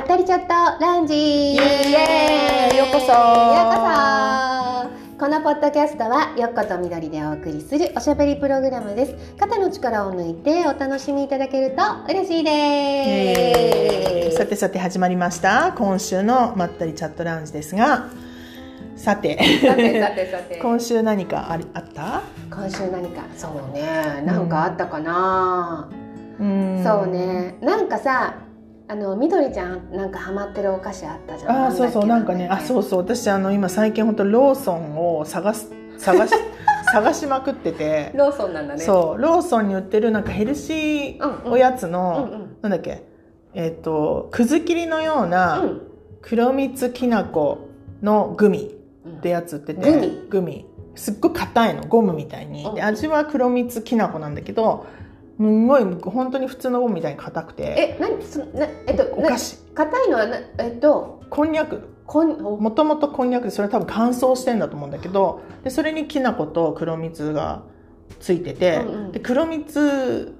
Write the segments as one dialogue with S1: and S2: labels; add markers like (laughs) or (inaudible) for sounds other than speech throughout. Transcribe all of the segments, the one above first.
S1: ったりチャットランジイ
S2: イエーイようこ
S1: よ
S2: そ
S1: うこそこのポッドキャストはよっことみどりでお送りするおしゃべりプログラムです肩の力を抜いてお楽しみいただけると嬉しいです
S2: さてさて始まりました今週のまったりチャットラウンジですがさて
S1: (laughs) さてさてさて
S2: 今週何かありあった
S1: 今週何かそうねなんかあったかな、
S2: うん
S1: そうねなんかさあのみどりちゃんなんかハマってるお菓子あったじゃん
S2: ああそうそうなんかねあ
S1: う
S2: そうそう私あの今最近本当ローソンを探す
S1: (laughs)
S2: 探し探しまくってて、
S1: ローソンなんだね
S2: そうローソンに売ってるなんかヘルシー
S1: うんうん
S2: おやつ
S1: うん
S2: の、なんだっけえっ、とくず切りのよう
S1: うん
S2: な黒蜜きな粉のグミ
S1: うん
S2: ってやつ売ってて
S1: グミ
S2: すっごい硬いのゴムみたいにで
S1: うん
S2: 味は黒蜜きな粉なんだけどすんごい本当に普通のゴムみたいに硬くて
S1: え、なに、そな、えっと、
S2: お
S1: な
S2: 菓子
S1: 硬いのはな、えっと、
S2: こんにゃく
S1: こん、お
S2: もともとこんにゃくでそれ多分乾燥してんだと思うんだけどでそれにきな粉と黒蜜がついてて、
S1: うんうん
S2: で黒蜜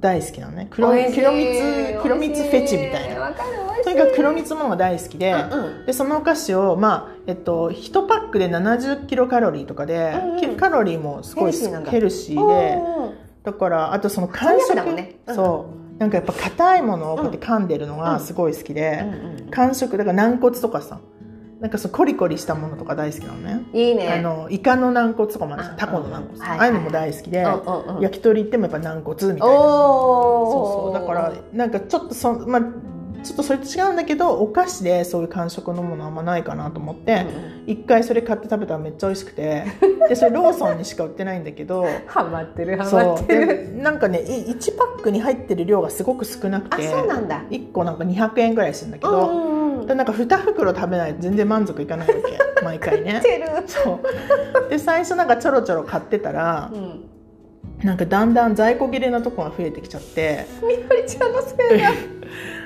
S2: 大好きなのね黒
S1: 美味しい
S2: 黒蜜黒蜜フェチみたい。
S1: 美味し
S2: な
S1: わかる、
S2: とにかく黒
S1: 蜜
S2: 蜜ものが大好きで、
S1: うんうん、
S2: でそのお菓子を、まあえっと、1パックで70キロカロリーとかで、
S1: うんうん
S2: カロリーもすご
S1: ヘル
S2: い
S1: シーなんだ
S2: ヘルシーでだからあとその感
S1: こんにゃくだ
S2: 触
S1: もんねうん
S2: そうなんかやっぱ硬いものをこうやって噛んでるの
S1: うん
S2: がすごい好きで、
S1: うんうん
S2: 感触だから軟骨とかさなんかそのコリコリしたものとか大好きなのね
S1: いいね。
S2: あのイカの軟骨とかもあるし
S1: あ
S2: タコの軟骨
S1: はいはい
S2: ああいうのも大好きで、
S1: うんうんうん、
S2: 焼き鳥行ってもやっぱ軟骨みたいな
S1: お
S2: そ
S1: お、
S2: うそうだからなんかちょっとそまあちょっとそれと違うんだけどお菓子でそういう感触のものあんまないかなと思って
S1: うんうん
S2: 一、回それ買って食べたらめっちゃ美味しく
S1: (laughs)
S2: てでそれローソンにしか売ってないんだけど
S1: ハマってる、ハマ
S2: そ
S1: っ
S2: う
S1: てる。
S2: でなんかねい1パックに入ってる量がすごく少なく
S1: あ、
S2: て
S1: そうなんだ。
S2: 1個なんか200円ぐらいするんだけ
S1: うん
S2: ど、
S1: うんうん、
S2: でなんか2袋食べないと全然満足いかない
S1: (laughs)
S2: わけ毎回ね。
S1: てる。
S2: そうで最初なんかちょろちょろ買ってたら
S1: うん、
S2: なんかだんだん在庫切れのとこが増えてきちゃって。
S1: みどりちゃんのせいだ。
S2: (laughs)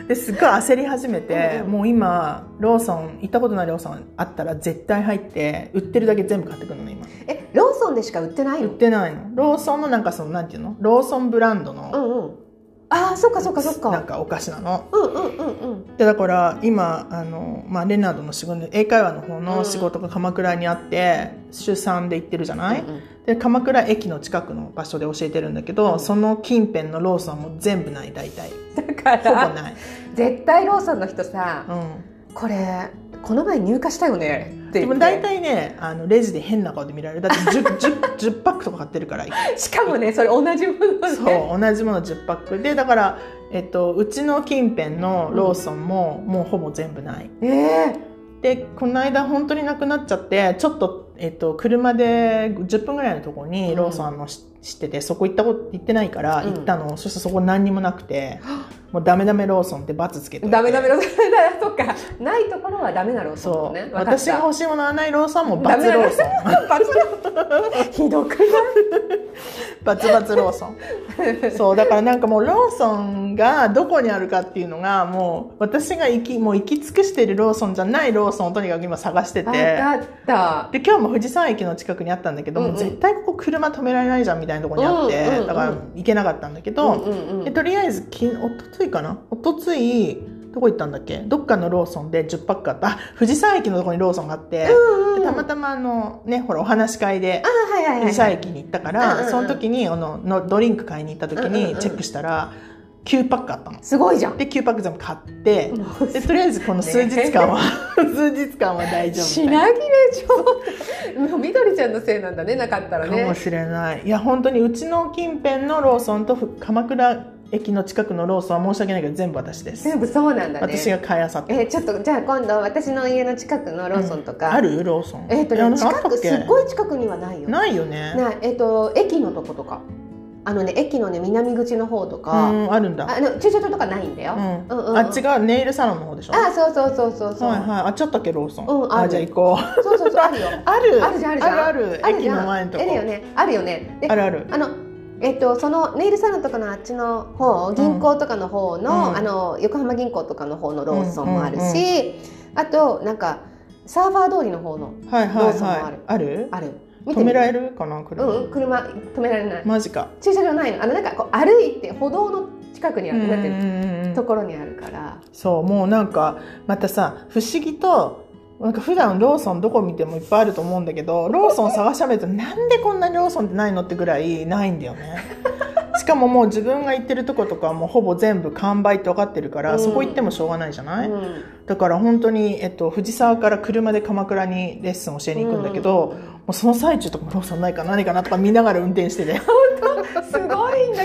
S2: ですっごい焦り始めて、
S1: うんうん
S2: もう今ローソン行ったことないローソンあったら絶対入って売ってるだけ全部買ってくるのね
S1: え、ローソンでしか売ってない
S2: 今売っ
S1: の。
S2: てないのローソンのなんかそのなんていうのローソンブランド
S1: う
S2: の
S1: んうん。ああ、そっか、そっか、そっ
S2: なん
S1: か。
S2: かお菓子なの
S1: うんうんうんうん。
S2: でだから今あの、まあ、レナードの仕事英会話の方の仕事が鎌倉にあって、週3で行ってるじゃない、
S1: うんうん
S2: で鎌倉駅の近くの場所で教えてるんだけど、
S1: うん
S2: その近辺のローソンも全部ない大体ほ
S1: だか
S2: ぼ
S1: ら
S2: ない、
S1: 絶対ローソンの人さ、
S2: うん、
S1: これこの前入荷したよねって
S2: で
S1: 言っ
S2: も
S1: て
S2: 大体ねあのレジで変な顔で見られるだって (laughs) 10, 10, 10パックとか買ってるから
S1: しかもねそれ同じもので
S2: そう同じもの10パックでだから、えっと、うちの近辺のローソンも、もうほぼ全部ない
S1: ええ
S2: でこの間本当になくなっちゃってちょっと、えっと、車で10分ぐらいのとこ
S1: う
S2: に
S1: ん
S2: ローソンあるのし知っててそこ行ったこと行ってないから
S1: うん
S2: 行ったの、そしたらそこ何にもなくてもうダメダメローソンってバツつけて
S1: ダメダメのだ (laughs) からそっかないところはダメなローソ
S2: そ
S1: ン
S2: う、
S1: だねわかった
S2: 私が欲しいものはないローソンもバツローソン
S1: バツだひどく
S2: バツバツロ
S1: (laughs)
S2: ーソンそうだからなんかもうローソンがどこにあるかっていうのがもう私が行きもう行き尽くしてるローソンじゃないローソンをとにかく今探してて
S1: ない分かった
S2: で今日も富士山駅の近くにあったんだけど、
S1: うんうん
S2: もう絶対ここ車止められないじゃんみたいなところにあって、
S1: うんうんうん
S2: だから行けなかったんだけ
S1: うん
S2: ど、
S1: うんう
S2: で
S1: ん
S2: とりあえずきおとついかなおとついどこ行ったんだっけどっかのローソンで10パックあったあ富士山駅のところにローソンがあって、
S1: うんうん
S2: でたまたまあのねほらお話し会で
S1: あはいはいはい
S2: 富士山駅に行ったか
S1: うんうんう
S2: ら
S1: ん
S2: その時にあののドリンク買いに行った時
S1: うんうんう
S2: に
S1: ん
S2: チェックしたら9パックあったの。
S1: すごいじゃ
S2: (laughs)
S1: ん
S2: で9パック全部買って
S1: も
S2: でとりあえずこの数日間は (laughs) 数日間は大
S1: う
S2: 丈夫
S1: 品切れ状態もうみどりちゃんのせいなんだねなかったら
S2: かも
S1: ね
S2: しれないいや本当にうちの近辺のローソンとふ鎌倉駅の近くのローソンは申し訳ないけど全部私です、
S1: 全部そうなんだね
S2: 私が買いあさって
S1: えーちょっとじゃあ今度私の家の近くのローソンとか、
S2: あるローソン
S1: えっ、と
S2: いや
S1: ね
S2: なんか
S1: 近
S2: あった
S1: く
S2: っけ
S1: すっごい近くにはないよな
S2: ないよね
S1: いえっ、と駅のとことかあのね駅のね南口の方と
S2: う
S1: か、
S2: んあるんだ
S1: あの駐車場とかないんだよ、
S2: うん
S1: うんうん
S2: あっちがネイルサロンの方でしょ
S1: あそうそうそうそうそう、
S2: はいはいあっちあったっけローソン、
S1: うんある
S2: あじゃあ行こう
S1: そうそうそうある
S2: (laughs)
S1: よ
S2: ある
S1: あるじゃんあるじゃん
S2: あるある
S1: じ
S2: 駅
S1: ゃん
S2: の前のとこ
S1: あるよねあるよねで
S2: あるある
S1: あのえっと、そのネイルサロンとかのあっちの方銀行とかの方の,、
S2: うん
S1: あの横浜銀行とかの方のローソンもあるし、あとなんかサーバー通りの方の
S2: はいはい
S1: ロ
S2: は
S1: ーソンもあ
S2: い
S1: る
S2: ある
S1: ある
S2: 止めら
S1: れ
S2: れるかな車、
S1: うんうん車止められない
S2: マジか
S1: 駐車場ないのあのなんかこう歩いて歩道の近くにあ
S2: うん
S1: る、
S2: うん
S1: だって
S2: うんうん
S1: ところにあるから
S2: そうもうなんかまたさ不思議となんか普段ローソンどこ見てもいっぱいあると思うんだけどローソン探しゃべるとなんでこんなにローソンってないのってぐらいないんだよ
S1: (laughs)
S2: ねしかももう自分が行ってるとことかはもうほぼ全部完売って分かってるから、
S1: うん
S2: そこ行ってもしょうがないじゃない、
S1: うん
S2: だから本当に、えっと、藤沢から車で鎌倉にレッスン教えに行くんだけど、
S1: う
S2: もうその最中とかもローソンないかな何かなとか見ながら運
S1: (laughs)
S2: 転してて
S1: すごいん
S2: (laughs)
S1: だけ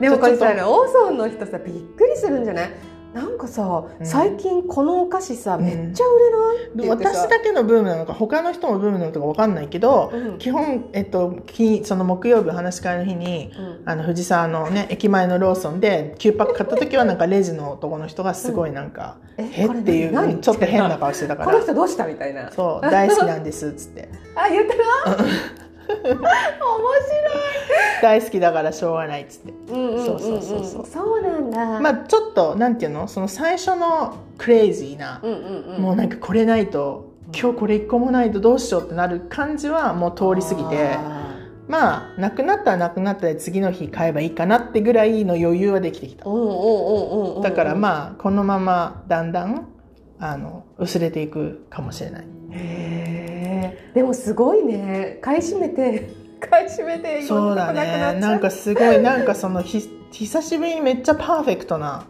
S1: ど。でもこれさ、ローソンの人さ、びっくりするんじゃない。なんかさ、
S2: うん
S1: 最近このお菓子さ、
S2: うん
S1: めっちゃ売れない。って言ってさ
S2: 私だけのブームなのか他の人もブームなのか分かんないけど、
S1: うん
S2: 基本、えっと、きその木曜日お話し会の日にあの藤沢のね駅前のローソンで9パック買った時はなんかレジの男の人がすごいなんか「
S1: うんえ
S2: えっ?」っていう
S1: これ何
S2: ちょっと変な顔してたか
S1: この
S2: ら
S1: 人どうしたみたいな。
S2: 「そう大好きなんです」っつって
S1: (laughs) あ、言ったな。 (laughs)
S2: 「大好きだからしょうがない」っつって
S1: 面白い。うんうんうんうん
S2: そうそうそうそう
S1: そうなんだ。
S2: まあちょっとなんていうのその最初のクレイジーな
S1: うんうんうん。
S2: もうなんかこれないと今日これ1個もないとどうしようってなる感じはもう通り過ぎて
S1: あ
S2: まあなくなったらなくなったで次の日買えばいいかなってぐらいの余裕はできてきた
S1: ー。うんうんうんうんうん。
S2: だから
S1: あ。
S2: まあこのままだんだんあの薄れていくかもしれない
S1: へえ。でもすごいね。買い占めて。 (laughs) 買い占めて。い
S2: そ
S1: ろ
S2: うん
S1: なこ
S2: だ
S1: となくなっちゃ
S2: ねなんかす (laughs) ごいなんかそのひ久しぶりにめっちゃパーフェクトな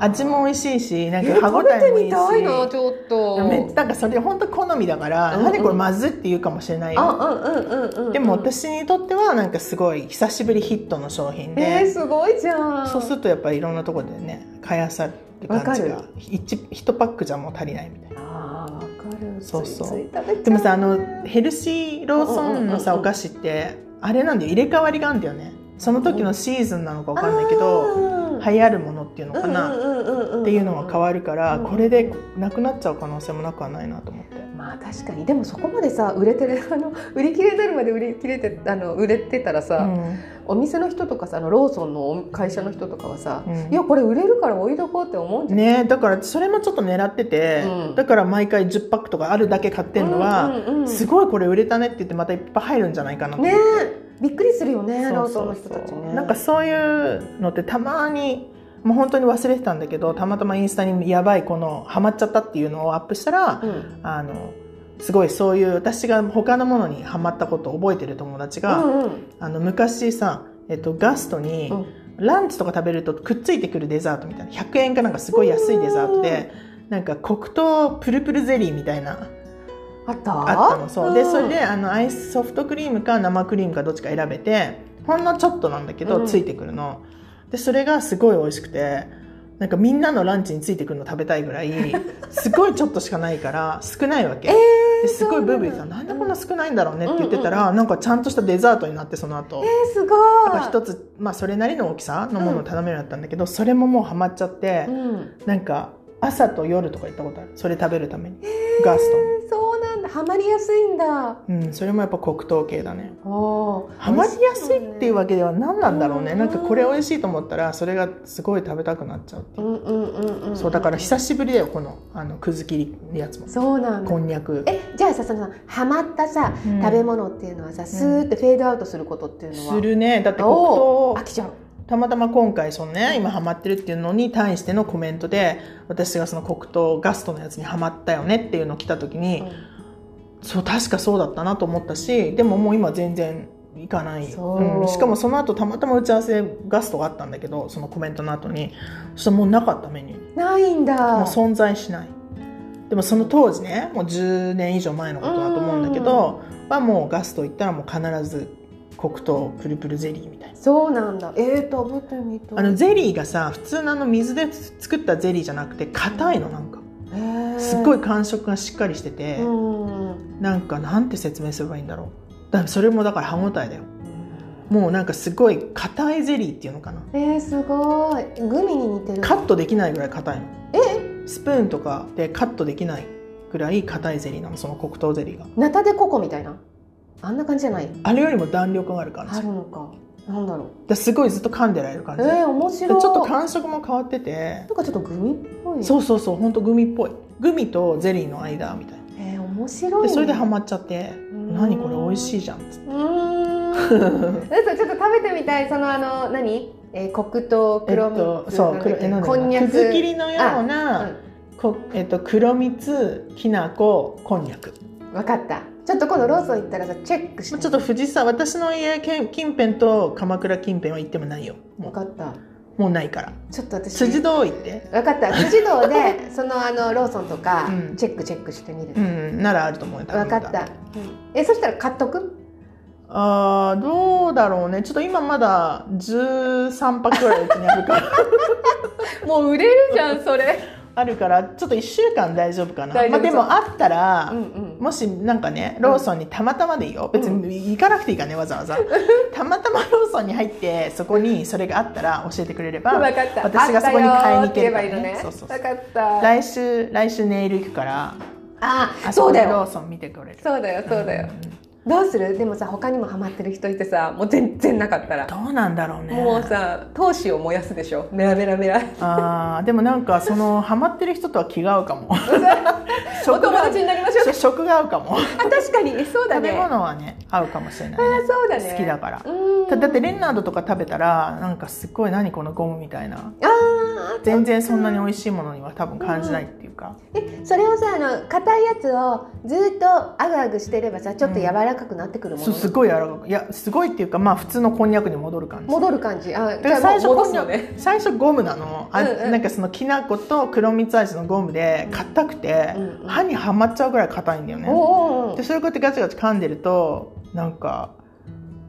S2: 味。も美味しいしなんか
S1: え
S2: 歯
S1: 食
S2: ご
S1: べ
S2: たえ
S1: て
S2: もいい
S1: み
S2: した
S1: いなちょっと。
S2: めなんかそれ本当好みだか
S1: う
S2: ら、
S1: んうん
S2: なんでこれまずいって言うかもしれないよ
S1: あうんうんうんうんうん。
S2: でも私にとってはなんかすごい久しぶりヒットの商品で、
S1: えー、すごいじゃん。
S2: そうするとやっぱりいろんなところでね買いあさる感じ
S1: わ
S2: が
S1: か
S2: 1, パックじゃもう足りないみたいな
S1: ああ、わかる。
S2: そうそう
S1: ついつい食べちゃう
S2: でもさあのヘルシーローソンのさ
S1: うんうんうんうん
S2: お菓子ってあれなんだよ入れ替わりがあるんだよねその時のシーズンなのかわかんないけど
S1: ど
S2: 流行るものっていうのかな、
S1: な
S2: っていうのが変
S1: わ
S2: わるから、
S1: うん
S2: これでなくなっちゃう可能性もなくはないなと思って。
S1: まあ確かにでもそこまでさ売れてるあの売り切れになるまで売り切れてあの売れてたら
S2: う
S1: さ、
S2: ん
S1: お店の人とかさあのローソンのお会社の人とかはさ、
S2: うん
S1: いやこれ売れるから置いとこうって思うんじゃ
S2: ねだからそれもちょっと狙ってて、
S1: うん
S2: だから毎回10パックとかあるだけ買って
S1: ない
S2: るのは、
S1: うんうんうん
S2: すごいこれ売れたねって言ってまたいっぱい入るんじゃないかなと思
S1: ね
S2: って
S1: びっくりするよね
S2: そうそうそう
S1: ローソンの人たちね
S2: なんかそういうのってたまにもう本当に忘れてたんだけどたまたまインスタにやばいこのハマっちゃったっていうのをアップしたら、
S1: うん
S2: あのすごいそういう私が他のものにハマったことを覚えてる友達
S1: う
S2: が、
S1: んうん
S2: あの昔さ、えっと、ガストに、
S1: うん
S2: ランチとか食べるとくっついてくるデザートみたいな100円かなんかすごい安いデザートでなんか黒糖プルプルゼリーみたいな
S1: あった
S2: あったのそうで
S1: ん
S2: それであのアイスソフトクリームか生クリームかどっちか選べてほんのちょっとなんだけど、
S1: うん
S2: ついてくるのでそれがすごい美味しくてなんかみんなのランチについてくるの食べたいぐらいすごいちょっとしかないから少ないわけ、
S1: え
S2: ですごいブーブー言って
S1: そう
S2: た
S1: な
S2: なんん
S1: だ
S2: でこんな少ないんだろうねって言ってたら、なんかちゃんとしたデザートになってその後、
S1: えーすごい
S2: なんか一つ、まあ、それなりの大きさのものを頼めるようになったんだけど、それももうハマっちゃって、
S1: うん、
S2: なんか朝と夜とか行ったことあるそれ食べるために、ガストに
S1: そうなんだハマりやすいんだ
S2: うん、それもやっぱ黒糖系だね
S1: おー
S2: ハマりやすいっていうわけでは何なんだろうね
S1: うん
S2: なんかこれ美味しいと思ったらそれがすごい食べたくなっちゃうって
S1: う
S2: いうん
S1: うんうんうん
S2: そうだから久しぶりだよこのあのくず切りのやつも
S1: そうなんだ
S2: こんにゃく
S1: えじゃあさそのハマったさ、
S2: うん
S1: 食べ物っていうのはさスーってフェードアウトすることっていうのは
S2: するねだって黒
S1: お
S2: 糖
S1: ー飽きちゃう
S2: たまたま今回そのね今ハマってるっていうのに対してのコメントで私がその黒糖ガストのやつにハマったよねっていうの来た時に、そう確かそうだったなと思ったしでももう今全然行かない、
S1: そうん
S2: しかもその後たまたま打ち合わせガストがあったんだけどそのコメントの後にそしたらもうなかったメニューに
S1: ないんだ
S2: もう存在しないでもその当時ねもう10年以上前のことだと思うんだけどはもうガスト行ったらもう必ず黒糖プルプルゼリーみたいな。
S1: そうなんだえー、食べてみたい
S2: あのゼリーがさ普通のあの水で作ったゼリーじゃなくて硬いのなんか
S1: へー
S2: すっごい感触がしっかりしてて、
S1: うん
S2: なんかなんて説明すればいいんだろうだからそれもだから歯応えだよもうなんかすごい硬いゼリーっていうのかな
S1: えー、すごいグミに似てる
S2: カットできないぐらい硬いのスプーンとかでカットできないぐらい硬いゼリーなのその黒糖ゼリーが
S1: ナタデココみたいなあんな感じじゃない
S2: あれよりも弾力がある感じ
S1: あるのかなんだろう
S2: ですごいずっと噛んでられる感じ、
S1: えー、面
S2: でちょ
S1: 白い
S2: っと感触も変わってて
S1: なんかちょっとグミっぽい。う。
S2: そうそうそうほんとグミっぽいグミとゼリーの間みたいな
S1: えー、面白い、
S2: で
S1: ね。
S2: それでハマっちゃって「
S1: ん
S2: 何これ美味しいじゃん」っつって
S1: うーん。え、そうちょっと食べてみたい。そのあの何？えー黒糖
S2: えっ
S1: 黒蜜、
S2: と、そう、
S1: なん
S2: 黒
S1: だっ
S2: え
S1: け
S2: なんだ
S1: こ
S2: っけ
S1: んに
S2: な
S1: ゃく
S2: くず切りのよう
S1: あ
S2: な、こえっと、黒蜜、きな粉、こんにゃく。
S1: うん、分かったちょっと今度ローソン行ったらさチェックして
S2: まあちょっと藤沢、私の家けん近辺と鎌倉近辺は行ってもないよ。
S1: 分
S2: もう
S1: かった
S2: もうないから。
S1: ちょっと私
S2: 辻堂行って。
S1: 分かった辻堂
S2: (laughs)
S1: でそのあのローソンとか
S2: うん
S1: チェックチェックしてみる、
S2: うん、ならあると思うよ多分
S1: 分かった、うんえそしたら買っとく
S2: あーどうだろうねちょっと今まだ13泊ぐらいうちにあるから
S1: (laughs) もう売れるじゃんそれ
S2: あるからちょっと1週間大丈夫かな
S1: 大丈
S2: ま
S1: 夫
S2: あ、でもあったら、
S1: うんうん
S2: もしなんかねローソンにたまたまでいいよ別に行かなくていいからねわざわ
S1: (laughs)
S2: ざたまたまローソンに入ってそこにそれがあったら教えてくれれば
S1: 分かった
S2: 私がそこに買いに行けるから
S1: あったよーって言えばいいの
S2: ね
S1: ね
S2: そうそうそう
S1: 分かった
S2: 来週来週ネイル行くから
S1: あ
S2: あ
S1: そうだ
S2: そこでロ
S1: よ
S2: ーソン見てくれる
S1: そうだよそうだよ、
S2: ん
S1: どうするでもさ他にもハマってる人いてさもう全然なかったら、
S2: どうなんだろうね
S1: もうさ闘志を燃やすでしょメラメラメラ
S2: あーでもなんかそのハマってる人とは気が合うかも
S1: お友達になりましょう
S2: 食食が合うかも、
S1: あ確かにそうだ
S2: 食
S1: ね
S2: べ物はね合うかもしれない
S1: あ
S2: ね、
S1: ーそうだね
S2: 好きだから
S1: うん
S2: だだってレンナードとか食べたらなんかすごい何このゴムみたいな
S1: あー
S2: 全然そんなに美味しいものには多分感じないっていうか、
S1: えそれをさあの硬いやつをずっとあぐあぐしてればさちょっと柔らかくなってくるも
S2: そう
S1: の、
S2: すごい柔らかくいやすごいっていうかまあ普通のこんにゃくに戻る感じ
S1: 戻る感じあ
S2: だから最初
S1: もう戻
S2: こん
S1: す
S2: にゃ
S1: の
S2: く、
S1: ね
S2: 最初ゴムなのあ、
S1: うんうん
S2: なんかそのきな粉と黒蜜味のゴムで硬くて、
S1: うんうん
S2: 歯にはまっちゃうぐらい硬いんだよね、
S1: おうおうおう
S2: でそれこうやってガチガチ噛んでるとなんか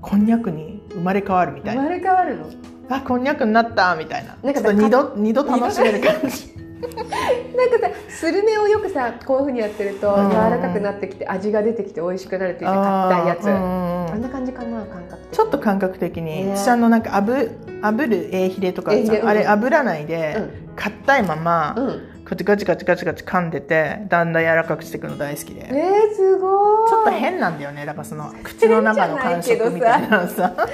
S2: こんにゃくに生まれ変わるみたい
S1: 生
S2: な
S1: まれ変わるの
S2: あこんにゃくになったみたいな
S1: なんか
S2: ちょっと二度二度楽しめる感じ
S1: なんかさスルメをよくさこういうふうにやってると
S2: うん
S1: 柔らかくなってきて味が出てきて美味しくなるというか
S2: あ
S1: 硬い
S2: ー
S1: やつ、
S2: う
S1: あ
S2: んうんうんん
S1: な感じかな感覚的に
S2: ちょっと感覚的に、
S1: ね
S2: 私あのなんか炙炙るえひれとかあるじゃん
S1: えひれうん
S2: あれ炙らないで
S1: うん
S2: 硬、いまま、
S1: う
S2: こ
S1: ん、
S2: うやってガチガチガチガチ噛んでてだんだん柔らかくしていくの大好きで、
S1: えー、すごい
S2: ちょっと変なんだよねだからその口の中の感触みたいなのさ
S1: えでも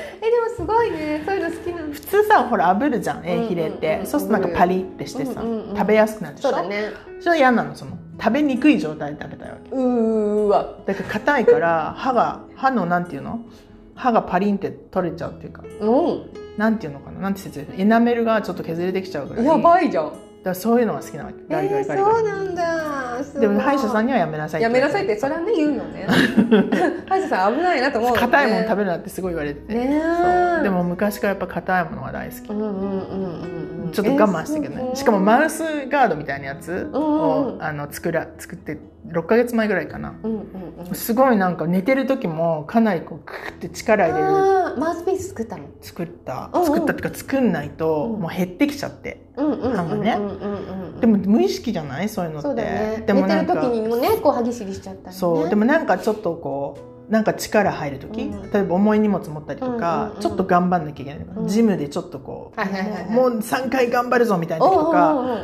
S1: すごいねそういうの好きなんだ
S2: (laughs) 普通さほら炙るじゃんえひれって、
S1: うんうんうん
S2: そうするとなんかパリってしてさ、
S1: うんうんうん
S2: 食べやすくなるでしょ
S1: そうだね
S2: それ嫌なのその食べにくい状態で食べたいわけ
S1: うーわ
S2: だから硬いから歯が歯のなんていうの歯がパリンって取れちゃうっていうか
S1: う
S2: なんていうのかななんて説明するエナメルがちょっと削れてきちゃうぐら
S1: ん
S2: い
S1: や
S2: だか
S1: ばいじゃん
S2: らそういうのが好きなわけ
S1: え
S2: ガリガ
S1: ー、
S2: リガリガ
S1: そ
S2: リ
S1: うなんだすごい
S2: でも歯医者さんにはやめなさい
S1: やめなさいっ
S2: って
S1: てそれはね言うよ
S2: (laughs)
S1: ね歯医者さん危ないなと思う
S2: 言
S1: よね
S2: われて硬いもの食べるなってすごい言われてて、
S1: ねえ
S2: そうでも昔からやっぱ硬いものが大好き
S1: うんうんうんうんうん
S2: ちょっと我慢したけどね、しかもマウスガードみたいなやつ
S1: うん
S2: を、
S1: うん
S2: あの作ら作って6ヶ月前ぐらいかな
S1: うんうんうん
S2: すごいなんか寝てる時もかなりこうクーって力入れる
S1: あーマウスピース作ったの
S2: 作った
S1: うんうん
S2: 作ったっていうか作んないと
S1: うん
S2: もう減ってきちゃって、
S1: うんうんうんうん
S2: 歯がね
S1: うんうん
S2: でも無意識じゃないそういうのって
S1: そうだよね
S2: でもな
S1: 寝
S2: ん
S1: てる
S2: か
S1: 時にもねこう歯ぎしりしちゃったりね
S2: そうでもなんかちょっとこうなんか力入る時、
S1: うん
S2: 例えば重い荷物持ったりとか、
S1: うんうんうん
S2: ちょっと頑張んなきゃいけないとか、
S1: うん
S2: ジムでちょっとこう、
S1: はいはいはいはい
S2: もう3回頑張るぞみたいな時と
S1: お
S2: か
S1: うおうおう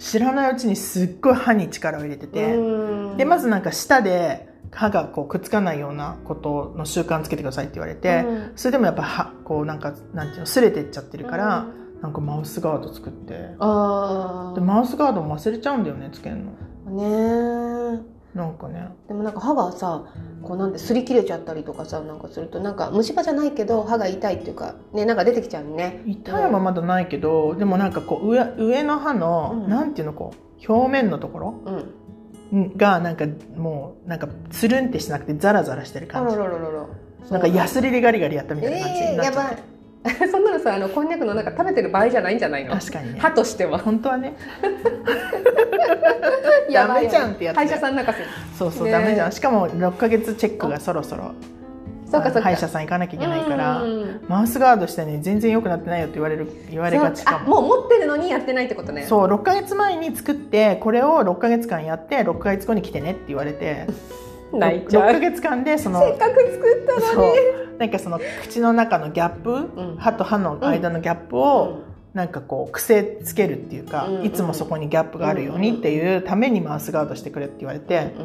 S2: 知らないうちにすっごい歯に力を入れてて。
S1: うん
S2: でまずなんか舌で歯がこうくっつかないようなことの習慣つけてくださいって言われて、
S1: うん
S2: それでもやっぱ歯こうなんかなんていうの擦れてっちゃってるから、
S1: うん
S2: なんかマウスガード作って
S1: あ
S2: で
S1: あ
S2: マウスガードも忘れちゃうんだよねつけるの
S1: ねー
S2: なんかね
S1: でもなんか歯がさこうなんて擦り切れちゃったりとかさなんかするとなんか虫歯じゃないけど歯が痛いっていうかねなんか出てきちゃうね
S2: 痛いはまだないけどでもなんかこう上上の歯の、
S1: うん
S2: なんていうのこう表面のところ
S1: うん
S2: がなんかもうなんかつるんってしなくてザラザラしてる
S1: あ
S2: 感
S1: ら
S2: じ
S1: らららら
S2: なんかヤスリでガリガリやったみたいな
S1: え
S2: 感じに
S1: えー、
S2: な
S1: や
S2: っちゃ
S1: ば
S2: って、
S1: い (laughs) そんなのさあのこんにゃくの中食べてる場合じゃないんじゃないの
S2: 確かにね
S1: 歯としては
S2: 本当はね
S1: やばい
S2: ダメじゃんってやつだ
S1: 歯
S2: よ
S1: 医者さん泣かせ
S2: そうそう、
S1: ねえ
S2: ダメじゃんしかも6ヶ月チェックがそろそろ
S1: そうかそうか
S2: 歯医者さん行かなきゃいけないから
S1: うん
S2: マウスガードしてね全然良くなってないよって言われる言われがち
S1: そう
S2: か
S1: あ
S2: も
S1: もう持ってるのにやってないってことね
S2: そう6ヶ月前に作ってこれを6ヶ月間やって6ヶ月後に来てねって言われて
S1: 泣いち
S2: 6,
S1: ゃ
S2: ヶ
S1: う
S2: 月間でそ
S1: せっ
S2: の
S1: かく作ったの
S2: そうなんかその口の中のギャップ、
S1: うん
S2: 歯と歯の間のギャップを、なんかこう癖つけるっていうか、
S1: うんうん
S2: いつもそこにギャップがあるようにっていうためにマウスガードしてくれって言われて、
S1: う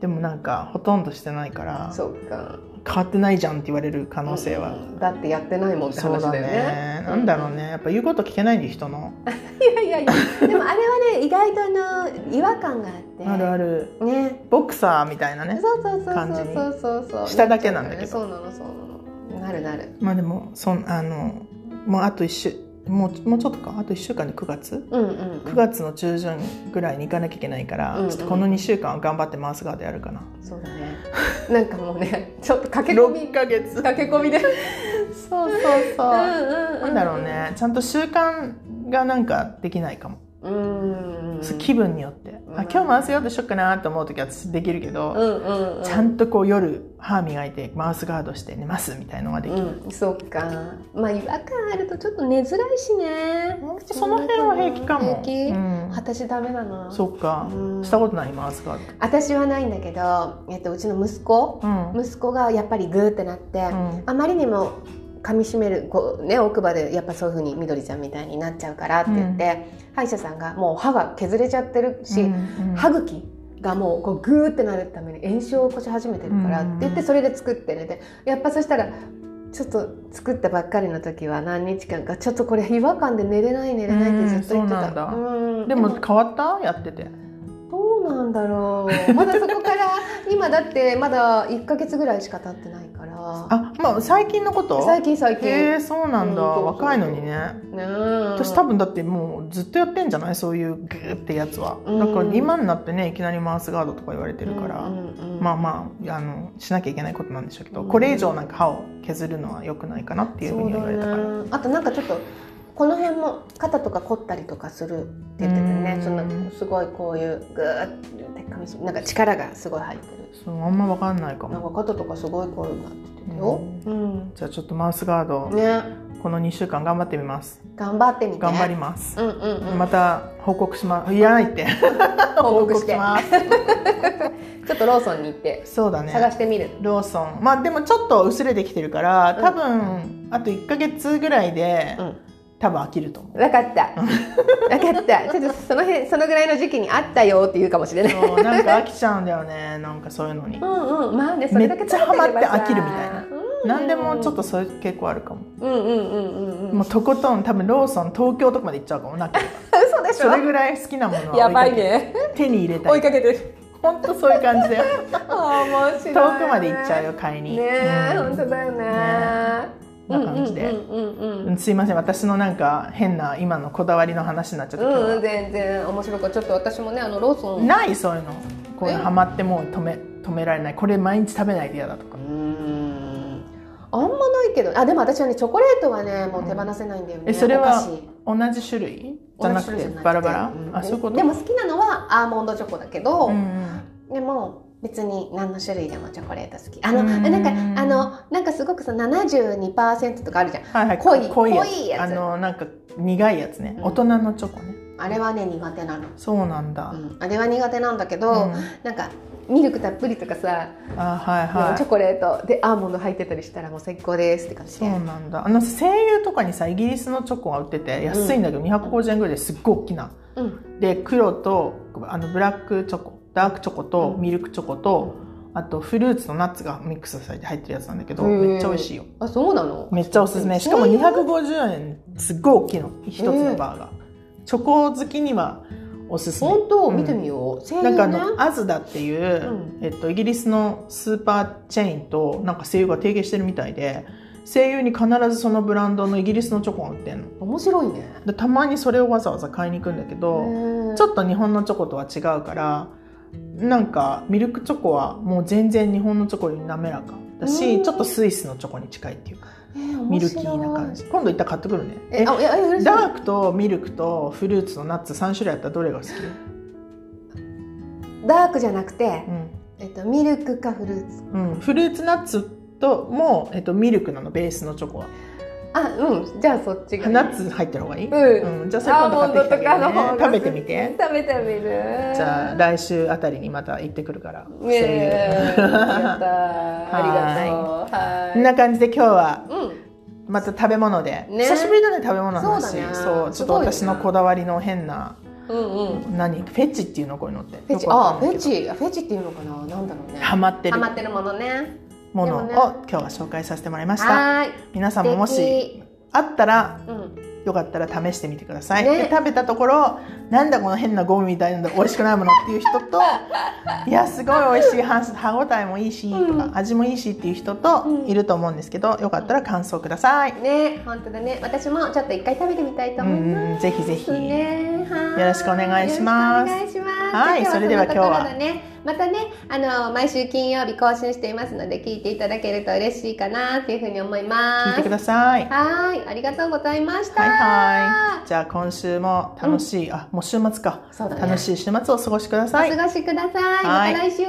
S1: ん
S2: でもなんかほとんどしてないから
S1: そうか
S2: 変わってないじゃんって言われる可能性は、
S1: うんだってやってないもんって
S2: そう
S1: 話だ
S2: だね
S1: よね
S2: なんだろうねやっぱ言うこと聞けないんで人の
S1: いやいやいやでもあれは
S2: (laughs)
S1: ね意外とあの違和感があって
S2: あるある
S1: ね
S2: ボクサーみたいな
S1: そう
S2: ね
S1: そうそう
S2: 感じに
S1: そうそうそう
S2: 下だけなんだけど
S1: そうなのそうなのなるなる
S2: まあでもそんあのもうあと一週もうもうちょっとかあと1週間で9月
S1: うんうん
S2: 9月の中旬ぐらいに行かなきゃいけないから、
S1: うんうん
S2: ちょっとこの2週間は頑張ってマウスガードやるかな、
S1: そうだねなんかもうねちょっと駆け込み
S2: 6ヶ月
S1: 駆け込みで
S2: そうそうそうな
S1: なん
S2: だろうねちゃんと習慣がなんかできないかも、
S1: うん
S2: そう気分によって、
S1: うん
S2: あ今日マウスガードしよっかなと思う時は私できるけ
S1: う
S2: ど、
S1: んうんうん
S2: ちゃんとこう夜歯磨いてマウスガードして寝ますみたいのができる、
S1: うん、そうかまあ違和感あるとちょっと寝づらいしね
S2: その辺は平気かも
S1: 平気
S2: うん
S1: 私ダメだな
S2: そうか、
S1: うん
S2: したことないマウスガー
S1: 私はないんだけど、えっと、うちの息子
S2: ドうん、
S1: 息子がやっぱりグーってなって、
S2: うん
S1: あまりにも噛みしめるこう、ね、奥歯でやっぱそういうふうにみどりちゃんみたいになっちゃうからって言って、歯医者さんがもう歯が削れちゃってるし、
S2: うんうん
S1: 歯茎がもうこうグーってなるために炎症を起こし始めてるからって言ってそれで作って寝てやっぱそしたらちょっと作ったばっかりの時は何日間かちょっとこれ違和感で寝れない寝れないってずっと言って
S2: うんそうなんだ
S1: たうん
S2: でも変わったやってて
S1: どうなんだろうまだそこ
S2: (laughs)
S1: から今だってまだ1か月ぐらいしか経ってないから
S2: あまあ最近のこと
S1: 最近最近
S2: へえそうなんだ、
S1: うんそうそう
S2: 若いのにね私
S1: 私
S2: 多分だってもうずっとやってんじゃないそういうグーってやつは、
S1: うん
S2: だから今になってねいきなりマウスガードとか言われてるから、まあ
S1: あ
S2: まああのしなきゃいけないことなんでしょうけど、
S1: うん
S2: これ以上なんか歯を削るのは良くないかなっていうふう
S1: そう
S2: に言
S1: だ
S2: われたから、
S1: ねあとなんかちょっとこの辺も肩とか凝ったりとかするって言ってた
S2: う
S1: ね
S2: ん
S1: そのすごいこういうグーって噛みしなんか力がすごい入ってる
S2: そうあんま分かんないか
S1: なん
S2: も
S1: か肩とかすごい凝るなって言ってたよ、うん
S2: じゃあちょっとマウスガード、
S1: ね
S2: この2週間頑張ってみます
S1: 頑張ってみて
S2: 頑張ります、
S1: うんうんうん
S2: また報告しますいらないって
S1: (laughs) 報告して
S2: 報告しま
S1: ちょっとローソンに行って
S2: すそうだね
S1: 探してみる、
S2: ローソンまあでもちょっと薄れてきてるから
S1: うん
S2: 多分あと1か月ぐらいで、
S1: うん
S2: 多分飽きる
S1: (laughs)
S2: と思う
S1: 分かった分かったちょっとその辺そのぐらいの時期にあったよって言うかもしれ
S2: (laughs)
S1: ない
S2: そうなんか飽きちゃうんだよねなんかそういうのに
S1: うんうんまあねそれだけ食べればさ
S2: めっちゃハマって飽きるみたいな
S1: うん
S2: 何でもちょっとそういう傾向あるかも
S1: うんうんうんうんうん
S2: もうとことん多分ローソン東京とかまで行っちゃうかも
S1: (laughs)
S2: なく
S1: 嘘でし
S2: それ
S1: ょ
S2: ぐらい好きなものは
S1: やばいね
S2: 手に入れた
S1: 追い
S2: い
S1: かけてる
S2: 本当そういう感じで
S1: 面白い
S2: (laughs) 遠くまで行っちゃうよ買いに
S1: ねえ、
S2: う
S1: 本
S2: ん
S1: 当だよね
S2: こんな感じで
S1: うんうんうんう
S2: うんんすいません私のなんか変な今のこだわりの話になっちゃったけど、
S1: うんうん全然面白くちょっと私もねあのローソン
S2: ないそういうのこういう
S1: え
S2: のハマってもう止め止められないこれ毎日食べないで嫌だとか
S1: うーんあんまないけどあでも私はねチョコレートはねもう手放せないんだよね、
S2: えそれ
S1: お菓
S2: は
S1: 子
S2: 同じ種類じゃ
S1: 同
S2: な
S1: じ
S2: く
S1: 種類じ
S2: て
S1: ゃなくて
S2: バラバラ、
S1: ん
S2: あそういうこと
S1: でも好きなのはアーモンドチョコだけど、
S2: うん
S1: でも別に何の種類でもチョコレート好きあの
S2: うん
S1: なんかあのなんかすごくさ72%とかあるじゃん
S2: はいはい、
S1: 濃い
S2: 濃い
S1: 濃
S2: やつ
S1: いやつ
S2: あのなんか苦いやつね、
S1: うん
S2: 大人のチョコね
S1: あれはね苦手なの、
S2: そうなんだ、
S1: うん、あれは苦手なんだけ
S2: う
S1: ど、
S2: ん
S1: なんかミルクたっぷりとかさ、
S2: あはいは
S1: チョ
S2: い
S1: コレートでアーモンド入ってたりしたらもう最高ですって感じ
S2: そ
S1: で
S2: うなんだあの声優とかにさイギリスのチョコが売ってて安いんだけど、250円ぐらいですっごい大きな
S1: うん
S2: で黒とあのブラックチョコダークチョコと
S1: うん
S2: ミルクチョコと、あとフルーツとナッツがミックスされて入ってるやつなんだけど
S1: へー
S2: めっちゃ美味しいよ
S1: あそうなの
S2: めっちゃおすすめしかも250円すっごい大きいの一つのバーが、チョコ好きにはおすすめ
S1: 本当
S2: うん
S1: 見てみよう、声優
S2: なんかあ
S1: ね
S2: のアズダっていう、
S1: ん
S2: えっと、イギリスのスーパーチェーンとなんか声優が提携してるみたいで声優に必ずそのブランドのイギリスのチョコが売ってんの
S1: 面白いね
S2: でたまにそれをわざわざ買いに行くんだけどち
S1: ょっ
S2: ょっと日本のチョコとは違うからなんかミルクチョコはもう全然日本のチョコより滑らかだ
S1: うん
S2: しちょっとスイスのチョコに近いっていうかミルキーな感じ今度行ったら買ってくるね
S1: えあいやいや嬉しい
S2: ダークとミルクとフルーツのナッツ3種類あったらどれが好き、
S1: ダークじゃなくて
S2: う、ん
S1: えっと、ミルクかフルーツ
S2: うん、フルーツナッツとも、えっと、ミルクなのベースのチョコは
S1: あうんじゃあそっちがいい
S2: ナッツ入ってる方がいい、
S1: うん
S2: じゃあそれ今度買ってきてあげ
S1: アーモンドとかの
S2: る
S1: 方
S2: ね
S1: が
S2: 食べてみて
S1: 食べてみる
S2: じゃあ来週あたりにまた行ってくるから
S1: ねえやったーありがとう
S2: こん
S1: は
S2: な感じで今日はい
S1: うん
S2: また食べ物で、
S1: ね
S2: 久しぶりだね食べ物の話
S1: そうだね
S2: そうちょっと私
S1: すごいよ
S2: の
S1: ね
S2: こだわりの変な
S1: うんうん
S2: 何フェチっていうのこういうのって
S1: フェチ
S2: よくわ
S1: あ
S2: かん
S1: フ
S2: ない
S1: ェ
S2: けど
S1: チフェチっていうのかななんだろうね
S2: ハマってる
S1: ハマってるものね
S2: ものを
S1: でもね
S2: 今日は紹介させてもらいました
S1: はーい
S2: 皆さんもも
S1: 素
S2: し
S1: 敵
S2: あったら
S1: うん
S2: よかったら試してみてください、
S1: ね
S2: で食べたところなんだこの変なゴムみたいなの美味しくないものっていう人
S1: (laughs)
S2: といやすごい美味しい歯歯応えもいいし、
S1: うん
S2: とか味もいいしっていう人と
S1: うん
S2: いると思うんですけどよかったら感想ください、
S1: ね本当だね私もちょっと一回食べてみたいと
S2: う
S1: 思います、
S2: ん、ぜひぜひ、
S1: ね、はい
S2: よろしくお願いします
S1: よろしくお願いします。
S2: はいそれでは今日は
S1: そんなところでね、またね、あの毎週金曜日更新していますので聞いていただけると嬉しいかなというふうに思います。
S2: 聞いてください
S1: はい、ありがとうございました。
S2: はいはいじゃあ今週も楽しい、あもう週末か
S1: そうだね
S2: 楽しい週末をお過ごしください
S1: お過ごしください。
S2: はい
S1: また来週。
S2: バイ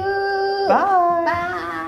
S1: バイ